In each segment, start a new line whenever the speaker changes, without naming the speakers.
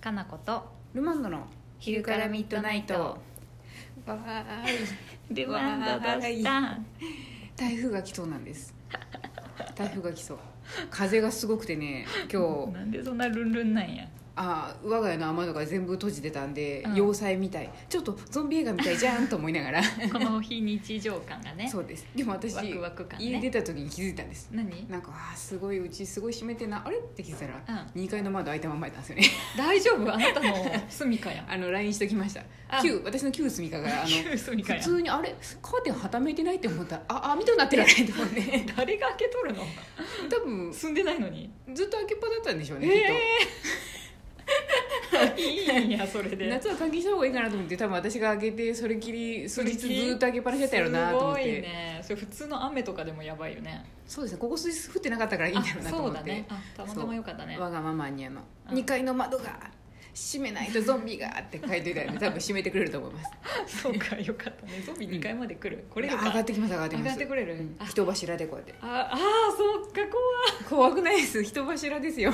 かなこと
ルマンドの
昼からミッドナイト
わーい
ルマンドどうした
台風が来そうなんです 台風が来そう風がすごくてね今日
なんでそんなルンルンなんや
あー我が家の雨戸が全部閉じてたんで、
うん
要塞みたいちょっとゾンビ映画みたいじゃんと思いながら
この非日常感がね
そうですでも私
ワクワク感ね
家出た時に気づいたんです
何
なんかあーすごいうちすごい閉めてんなあれって気づいたら、
う
2階の窓開いたまんまやったんですよね
大丈夫あなたの 住みかや
あの LINE しときました
あ
旧私の旧住みかがあの
旧住みか
普
や
通にあれカーテンはためいてないって思ったらああ網戸になってるわねと思って
誰が開けとるの
多分
住んでないのに
ずっと開けっぱだったんでしょうね、きっと
えーいいんやそれで
夏は換気した方がいいかなと思って多分私が開けてそれきり数日ず
それきり
っと開けっぱなしだったやろうなと思って
すごいねそれ普通の雨とかでもやばいよね
そうですねここ数日降ってなかったからいいんだろうなと思
あそう
っ
だ
て
ねあたまたまよかったね
我がママにあの、
うん
2階の窓が閉めないとゾンビがって書いていたんで多分閉めてくれると思います
そうかよかったねゾンビ2階まで来る、これる
上が
か
ってきます上がってきます
上がってくれる
うん
あ
人柱でこうやって
ああーそっか
怖くないです人柱ですよ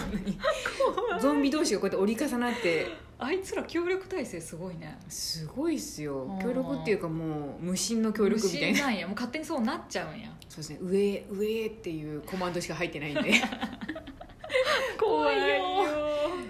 怖い
ゾンビ同士がこうやって折り重なって
あいつら協力体制すごいね
すごいっすよ
あー
協力っていうかもう無心の協力みたい
無
な
心なんやもう勝手にそうなっちゃうんや
そうですね上へ上へっていうコマンドしか入ってないん で
怖いよ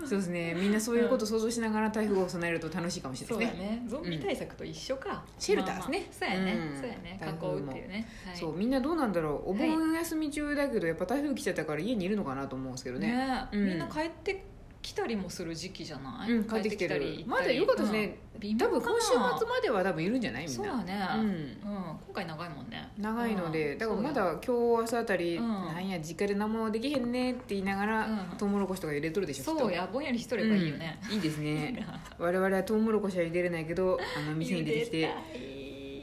そうですねみんなそういうことを想像しながら台風を備えると楽しいかもしれ
そ
な
う
いで
や
すね
ねゾンビ対策と一緒か、
シェルターですね
まあまあそうやね、
うん
そうやね
台風
囲う
も
っていうね、はい、
そうみんなどうなんだろうお
はい
盆休み中だけどやっぱ台風来ちゃったから家にいるのかなと思うんですけどね
ね、
うん
みんな帰ってきたりもする時期じゃない、
うん帰ってきてる
帰ってきたり
まだよかったですね、
うん
多分今週
微妙か
末までは多分いるんじゃない
な
みん
そう
な
やね、
うん
うん、今回長いもんね
長いので、
うん
だからま
そう
だ今日明日あたり、
うん
なんや実家で何もできへんねって言いながら、
うん
トウモロコシとか入れとるでしょ
やそうやぼんやりしと
きっと
ればいいよね、
うんいいです ね我々はトウモロコシは入れれないけどあの店に出てきて
て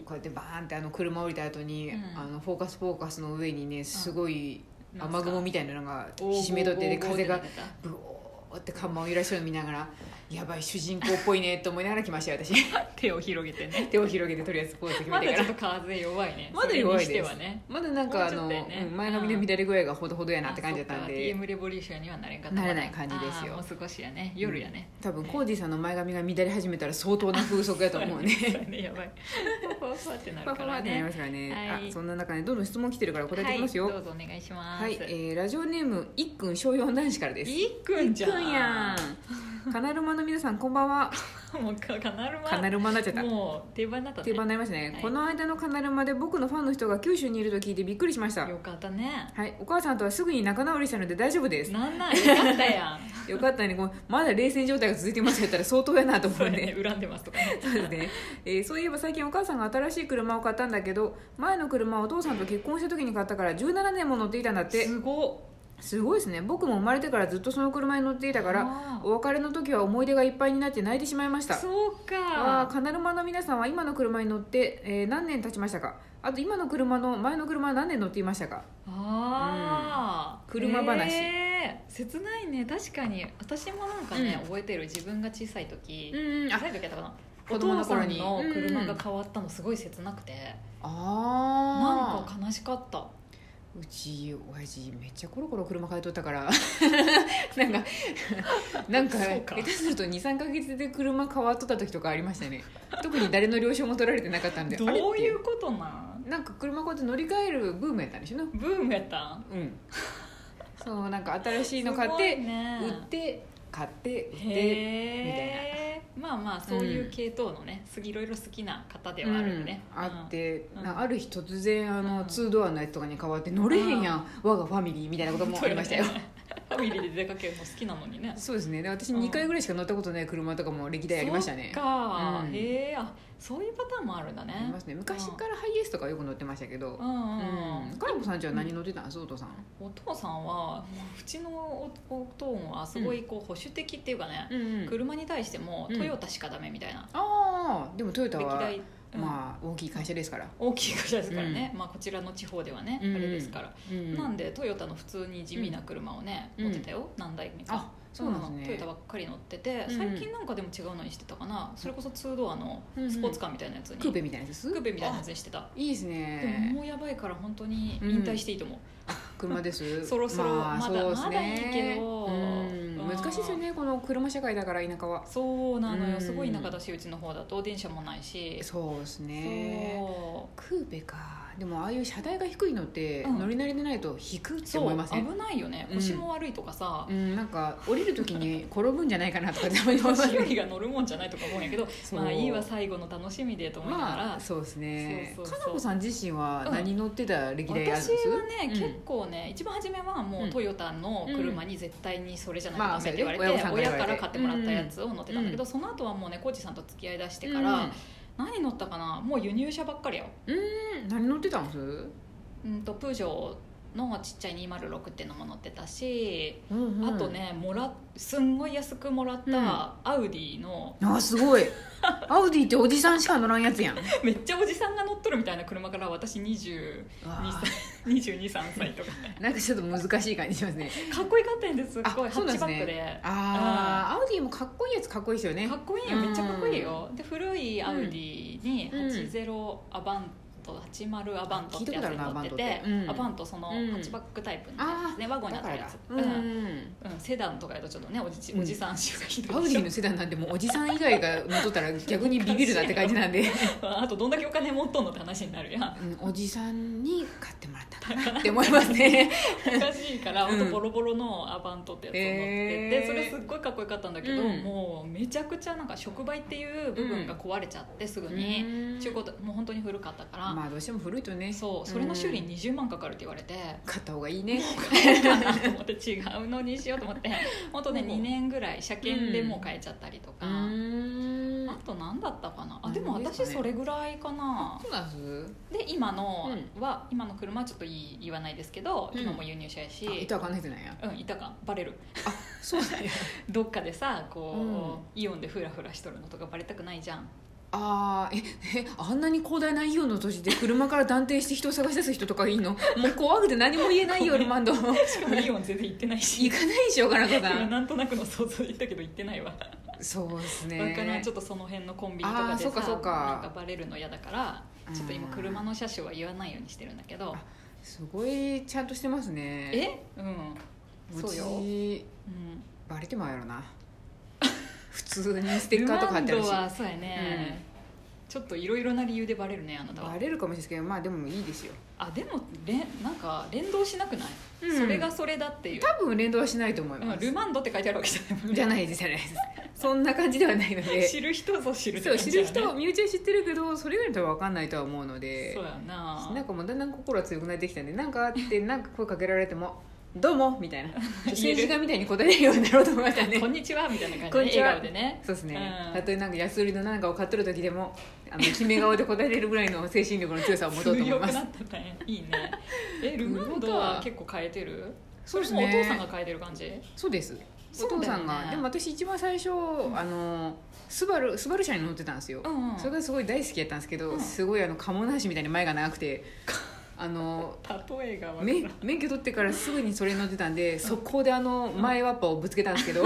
こうやってバーンってあの車降りた後に、
うん
あのフォーカスフォーカスの上にねすごい
なんすか
雨雲みたいなのがひしめとってで風がブオーって看板を揺らしてるの見ながらやばい主人公っぽいねと思いながら来ました よ私
手を広げてね
手を広げてとりあえずポーズ決め
ま
て
だ
か
ちょ
ら
っと風弱いね
まだ弱い
そ
で
れ
す
にしてはね
まだなんかあ
も
の、
うちょっとやね
うん前髪の乱れ具合がほどほどやなって感じだったんで
あそか TM レボリューションにはなれんかった
なれない感じですよ
あーもう少しやね夜やね、
多分コージーさんの前髪が乱れ始めたら相当な風速やと思う
そうや
ね
ねやばいふわふわってな
ふわ
る
ふ
から
わってなり
ね
ますからね、
はい
あそんな中ねどんどん質問来てるから答えていきますよ、
はい、どうぞお願いします、
はい、えーラジオネームいっくん小4男子からです
いっくんじゃん
くんやんカナルマの皆さんこんばんは
んもうかカナルマ
カナルマになっちゃった
もう定番だったね
定番になりましたね、
はい
この間のカナルマで僕のファンの人が九州にいると聞いてびっくりしました
よかったね
はいお母さんとはすぐに仲直りしたので大丈夫です
なんなんよかったやん
よかったねこうまだ冷戦状態が続いてますやったら相当やなと思
そう
う
や
ん
ね
で
恨んでますとかね
そうですねえーそういえば最近お母さんが新しい車を買ったんだけど前の車はお父さんと結婚した時に買ったから17年も乗っていたんだって
すご
すごいですね僕も生まれてからずっとその車に乗っていたから
あー
お別れの時は思い出がいっぱいになって泣いてしまいました
そうか
あーカナルマの皆さんは今の車に乗って、えー何年経ちましたかあと今の車の前の車は何年乗っていましたか
ああ、
うん車話
えー切ないね確かに私もなんかね、
うん
覚えてる自分が小さい時、
ん
小さい時やったかな
子
お
供
父
の
さ
頃
ん
に
の車
う
が
ん
変わったのすごい切なくて、なん
ああ
か悲しかった
うち親父めっちゃコロコロ車買いとったから なんかなんか
そうか
下手すると23か月で車変わっとった時とかありましたね特に誰の了承も取られてなかったんであれ
どうい
っ
うことなん
てなんか車こうやって乗り換えるブームやったんでしょうね
ブームやったん
うんそうなんか新しいの買って、
すごいね
売って買って売って
へえまあまあそういう系統のね、いろいろ好きな方ではあるよね、
うん、あって、
うん
なある日突然あの、
うん
ツードアのやつとかに変わって乗れへんやん、我がファミリーみたいなこともありまし たよ
そうねファミリーで出かけるの好きなのにね
そうですねで私
うん
2回ぐらいしか乗ったことない車とかも歴代ありましたね
そっか、
うん
へえあそういうパターンもあるんだね
ありますね昔からハイエースとかよく乗ってましたけど
うんうん
う
うん
ん、かりこさんちは何乗ってたんですお父さん
お父さんはもううちのおお父さんはすごいこう保守的っていうかね、
うんうん
車に対しても
うん
トヨタしかダメみたいな、
ああでもトヨタ
歴
は、
代、うん
まあ大きい会社ですから、
大きい会社ですからね、まあ、こちらの地方ではね、
うんうん
あれですから、
うん
なんでトヨタの普通に地味な車をね、
うん
持ってたよ何台目か
あそうなんですね
トヨタばっかり乗ってて
うん
最近なんかでも違うのにしてたかなそれこそツードアのスポーツカーみたいなやつに、
クーペみたいなやつ
クーペみたいなやつにしてた
あいいです
でも
ね
もうやばいから本当に
うん
引退していいと思う、
車です
そろそろ
まあ
まだ
そうですね
まだいいけど
うん
うん
難しいですよねこの車社会だから田舎は
そうなの
う
よ
ん
すごい田舎だしうちの方だと電車もないし
そうですね
そ
クーペかでもああいう車体が低いのって、
うん
乗り慣れてないと引くっ
う
て
そう
思いません
危ないよね
うん
腰も悪いとかさ
う、ん、なんか降りる 時に転ぶんじゃないかなとかって思います
年寄りが乗るもんじゃないとか思うんやけど
そ う
まあいいわ最後の楽しみでと思いながら、
まあそうですね
そうそうそう
かなこさん自身は何乗ってた歴代あるんです
私はね、
うん
結構ね一番初めはもうトヨタの車に絶対にそれじゃないと
まあ
ダメって言われて、
そうやね親御さんか
親
ら言われて
から買ってもらったやつを乗ってたんだけど、その後はもうねコーチさんと付き合いだしてから、何乗ったかなもう輸入車ばっかりよ、
うん何乗ってたんです
うん、とプージョーのちっちゃい206っていうのも乗ってたし、
うんうん
あとねもらすんごい安くもらっ
うん
たアウディの、
あすごいアウディっておじさんしか乗らんや つやん
めっちゃおじさんが乗っとるみたいな車から私2223 22 3歳とか
なんかちょっと難しい感じしますね
かっこよかったんですすっごい
あ
ハ
そう
ッ
なん
チ
です
バ
ね
ックで。
ああアウディもかっこいいやつかっこいいですよね
かっこいいよめっちゃかっこいいよで古いアウディに
うん
80アバント80アバントってやつに乗って
聞いたことあるなアバントって
て
うん
アバントその
うん
ハッチバックタイプの
あ
や
ー
つねワゴンに
だ
あった
から
や
だ
つ、
うん
うん、セダンとかやとちょっとねおじち
うん
おじさん集がひ
ア
ど
ウ
いでし
ディ
ょ
のセダンなんてもうおじさん以外が乗っとったら逆にビビるなって感じ なんで、
あとどんだけお金持っとんのって話にな るやん
うん、おじさんに買ってもらったかなって思います ね
おかしいから
うん
ほんとボロボロのアバントってやつを乗ってて、
へー
それすっごいかっこよかったんだけど、
うん
もうめちゃくちゃなんか触媒っていう部分が壊れちゃってすぐに、中古ともう本当に古かったから、
まあどうしても古いとね
そうそれの修理20万かかるって言わ れて、
買った方がいいね
かなと思って違うのにしようと思って本当ね
うん
2年ぐらい車検でもう変えちゃったりとか、
うん
あと何だったかなあ
うん
でも
です
私
ね
それぐらいかな
そうなんです
で今のは、今の車はちょっと言い言わないですけど
うん
今も輸入車やし、
あいたわかんないじゃないや
うんいたかバレる
そうなんや
どっかでさこう、イオンでフラフラしとるのとかバレたくないじゃん
あーええあんなに広大なイオンの年で車から断定して人を探し出す人とかいい のもう怖くて何も言えないよルマンド行か
しかもイオン全然行ってない
ない
し
でしょかなこさ
今
ん
なんとなくの想像で言ったけど行ってないわ、
そうですね
だからんちょっとその辺のコンビニとかで
あーそうか
さ
そうか
なんかバレるの嫌だからちょっと今車の車種は言わないようにしてるんだけど
あすごいちゃんとしてますね
えうんそうよ、うん、
ちバレてまうやろな普通にステッカーとか貼ってる
ル
し
マンドはそうやね、ちょっといろいろな理由でバレるねあなたは
バレるかもしれないですけどまあでもいいですよ
あでもれなんか連動しなくない、
うん
それがそれだっていう、
多分連動はしないと思い
うん
ます、
ルマンドって書いてあるわけじゃないもんね
じゃないですじゃないですそんな感じではないので
知る人ぞ知るって
そう
感
知
じだよ
る
ね
人身内は知ってるけどそれ以外の人は分かんないとは思うので
そうやな
なんかもうだんだん心は強くなってきたんでなんかあっ てなんか声かけられても「どうも」みたいな政治家みたいに答えるようになろうと思いました ね
こんにちはみたいな感じで、
こんにちは
笑顔でね
そうですね
う
た
ん
とえなんか安売りの何かを買っとる時でもあの決め顔で答えれるぐらいの精神力の強さを持とうと思い
強く
ま
な
す
ったねいいね えルマンドは結構変えてる
そうです
れもお
ね
父さんが変えてる感じ
そうですお
そうだよ
父
ね
さんが、でも私一番最初あのスバルスバル車に乗ってたんですよ、
うんうん
それがすごい大好きやったんですけど、
うん
すごいあのカモなしみたいに前が長く てあの
例えが悪い
免免許取ってからすぐにそれに乗ってたんで速攻であの前ワッパーをぶつけたんです けど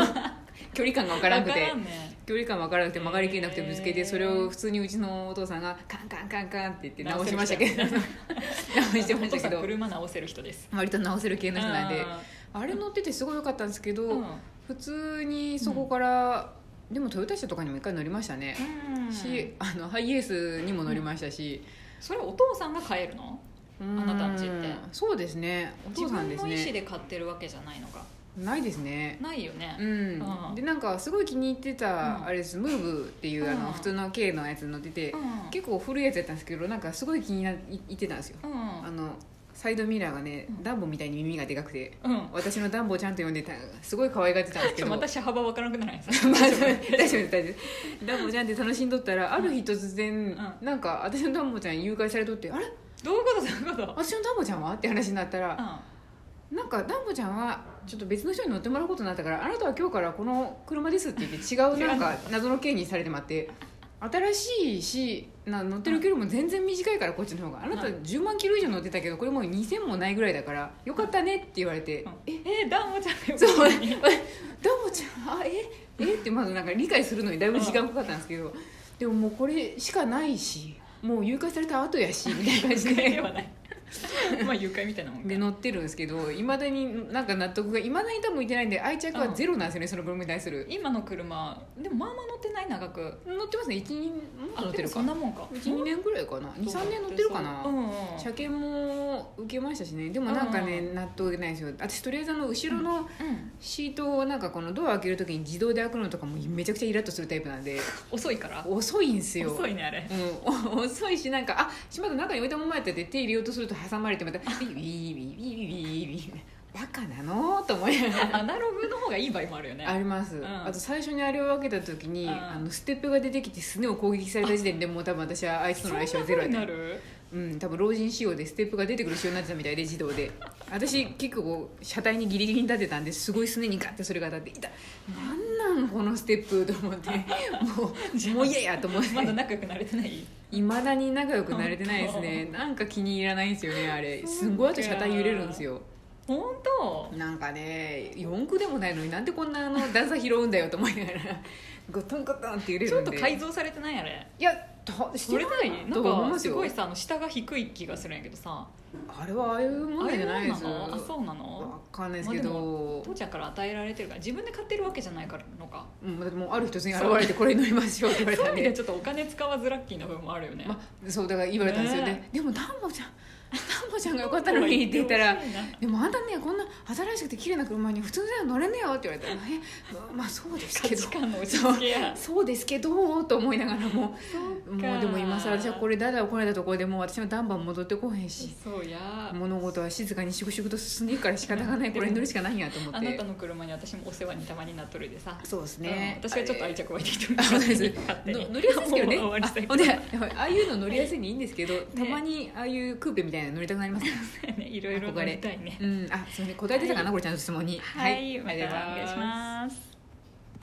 距離感が分からなくて
んね
距離感分からなくて曲がりきれなくてぶつけ
へ
て
ー
それを普通にうちのお父さんがカンカンカンカンって言って 直しましたけど 直してま
お
した
父
け
さん
ど
車直せる人です
割と直せる系の人なんで
あ
あれ乗っててすごい良かったんですけ
ー
ど、
うん
普通にそこから、でもトヨタ車とかにも一回乗りましたね、
うん
しあのハイエースにも乗りましたし、
それお父さんが変えるの
うん
あなたんちって
そうですねお
自
父さん
分
です
の意思
ね
で買ってるわけじゃないのか
ないですね
ないよね
うん
うん
でなんかすごい気に入ってた、
うん
あれですムーブっていうあ
う
の
ん
普通の軽のやつに乗ってて、
うん
結構古いやつやったんですけどなんかすごい気になってたんですよ、
うん
あのサイドミラーがね、
うん
ダンボみたいに耳がでかくて
うん
私のダンボをちゃんと読んでたすごい可愛がってたんですけ
ちょ
ど
また車幅わからなくならないですか
まあ、大丈夫です大丈夫ですダンボちゃんって楽しんどったらある日突然、
う
なんか私のダンボちゃん誘拐されとってあれ
どういうことどういうこと
私のダンボちゃんはって話になったら、なんかダンボちゃんはちょっと別の人に乗ってもらうことになったからあなたは今日からこの車ですって言って違うなんか謎の刑にされてまって新しいしな乗ってる距離も全然短いからこっちの方があなた
うん
10万キロ以上乗ってたけどこれもう2000もないぐらいだからよかったねって言われて、
うんええダンボちゃんがよ
そう
く
ダ
ない
モちゃんあええってまずなんか理解するのにだいぶ時間かかったんですけどでももうこれしかないしもう誘拐された後やしみたいな感じ
で
で
はないまあ誘拐みたいなもんか
で乗ってるんですけどいまだになんか納得がいまだに多分いってないんで愛着はゼロなんですよね、その車に対する
今の車でもまあまあ乗ってない長く
乗ってますね12もっと乗ってる
そ
か
んなもんか
12年ぐらいかな
そう
23年乗ってるかな、
うんうん
車検も受けましたしねでもなんかね、
う
納得いかないんですよ私とりあえずあの後ろの
うん
シートをなんかこのドア開ける時に自動で開くのとかもめちゃくちゃイラッとするタイプなんで
遅いから
遅いんですよ
遅いねあ れ
うん、お遅いしなんかあしまった中に置いたままやったって手入れようとすると挟まれてまたビビビビビビビビバカなのと思いながら
アナログの方がいい場合もあるよね
あります、
ん
あと最初にあれを開けた時に、
うん
あのステップが出てきてすねを攻撃された時点でもう多分私はあいつと
そ
の
んな
相性はゼロ
風
や
に
ね
なる
うん、多分老人仕様でステップが出てくる仕様になってたみたいで自 動で私結構車体にギリギリに立てたんですごいすねにガッてそれが当たって「いたなんなんこのステップ」と思ってもうもう嫌やと思って
まだ仲良くなれて ない
いまだに仲良くなれてないです ねなんか気に入らないんですよねあれすごいあと車体揺れるんですよ
本当
なんかね四駆でもないのになんでこんなあの段差拾うんだよと思いながら ゴトンゴトンって揺れ
ちょ
る
っ
んで
と改造されてないあれ
いやとして
それ
ない
な
と
ん
思い
か
ます
す
よ
ごいさあの下が低い気がするんやけどさ
あれはああいうもんじゃないです
あれもんなのあそうなの
わかんないですけ
まあで
ど、
父ちゃんから与えられてるから自分で買ってるわけじゃないからの か
うん、だってもうある一つに現れてこれに乗りましょうって言われ
そうい
た
うん意味では
で
ちょっとお金使わずラッキーな部分もあるよね、
まあ、そうだから言われたんですよね
ね
でもダンボちゃんダンボちゃんがよかったのにって言ったら
欲しいな
でもあんたねこんな新しくて綺麗な車に普通じゃ乗れねえよって言われたら「えまあそうです
価
けど
値観の打ち付けや
そうですけど」と思いながらもうもうでも今更私はこれだだこれだとこれでもう私もダンバン戻ってこへんし
そうや
物事は静かに粛々と進んでいくから仕方がないこれに乗るしかないんやと思って
あなたの車に私もお世話にたまになっとるでさ
そうですね、
うん私はちょっと愛着湧いてきてる
あそうです
勝手に
の乗りやすいですけどね
もう終わり
あ
したい
ほんでああいうの乗りやすいにいいんですけど、たまにああいうクーペみたいなの乗りたくなりますね
ねいろいろ乗りたいね
うんあすみません答えてたかな、これちゃんと質問に
はい、またお
ありがとうござ
願いします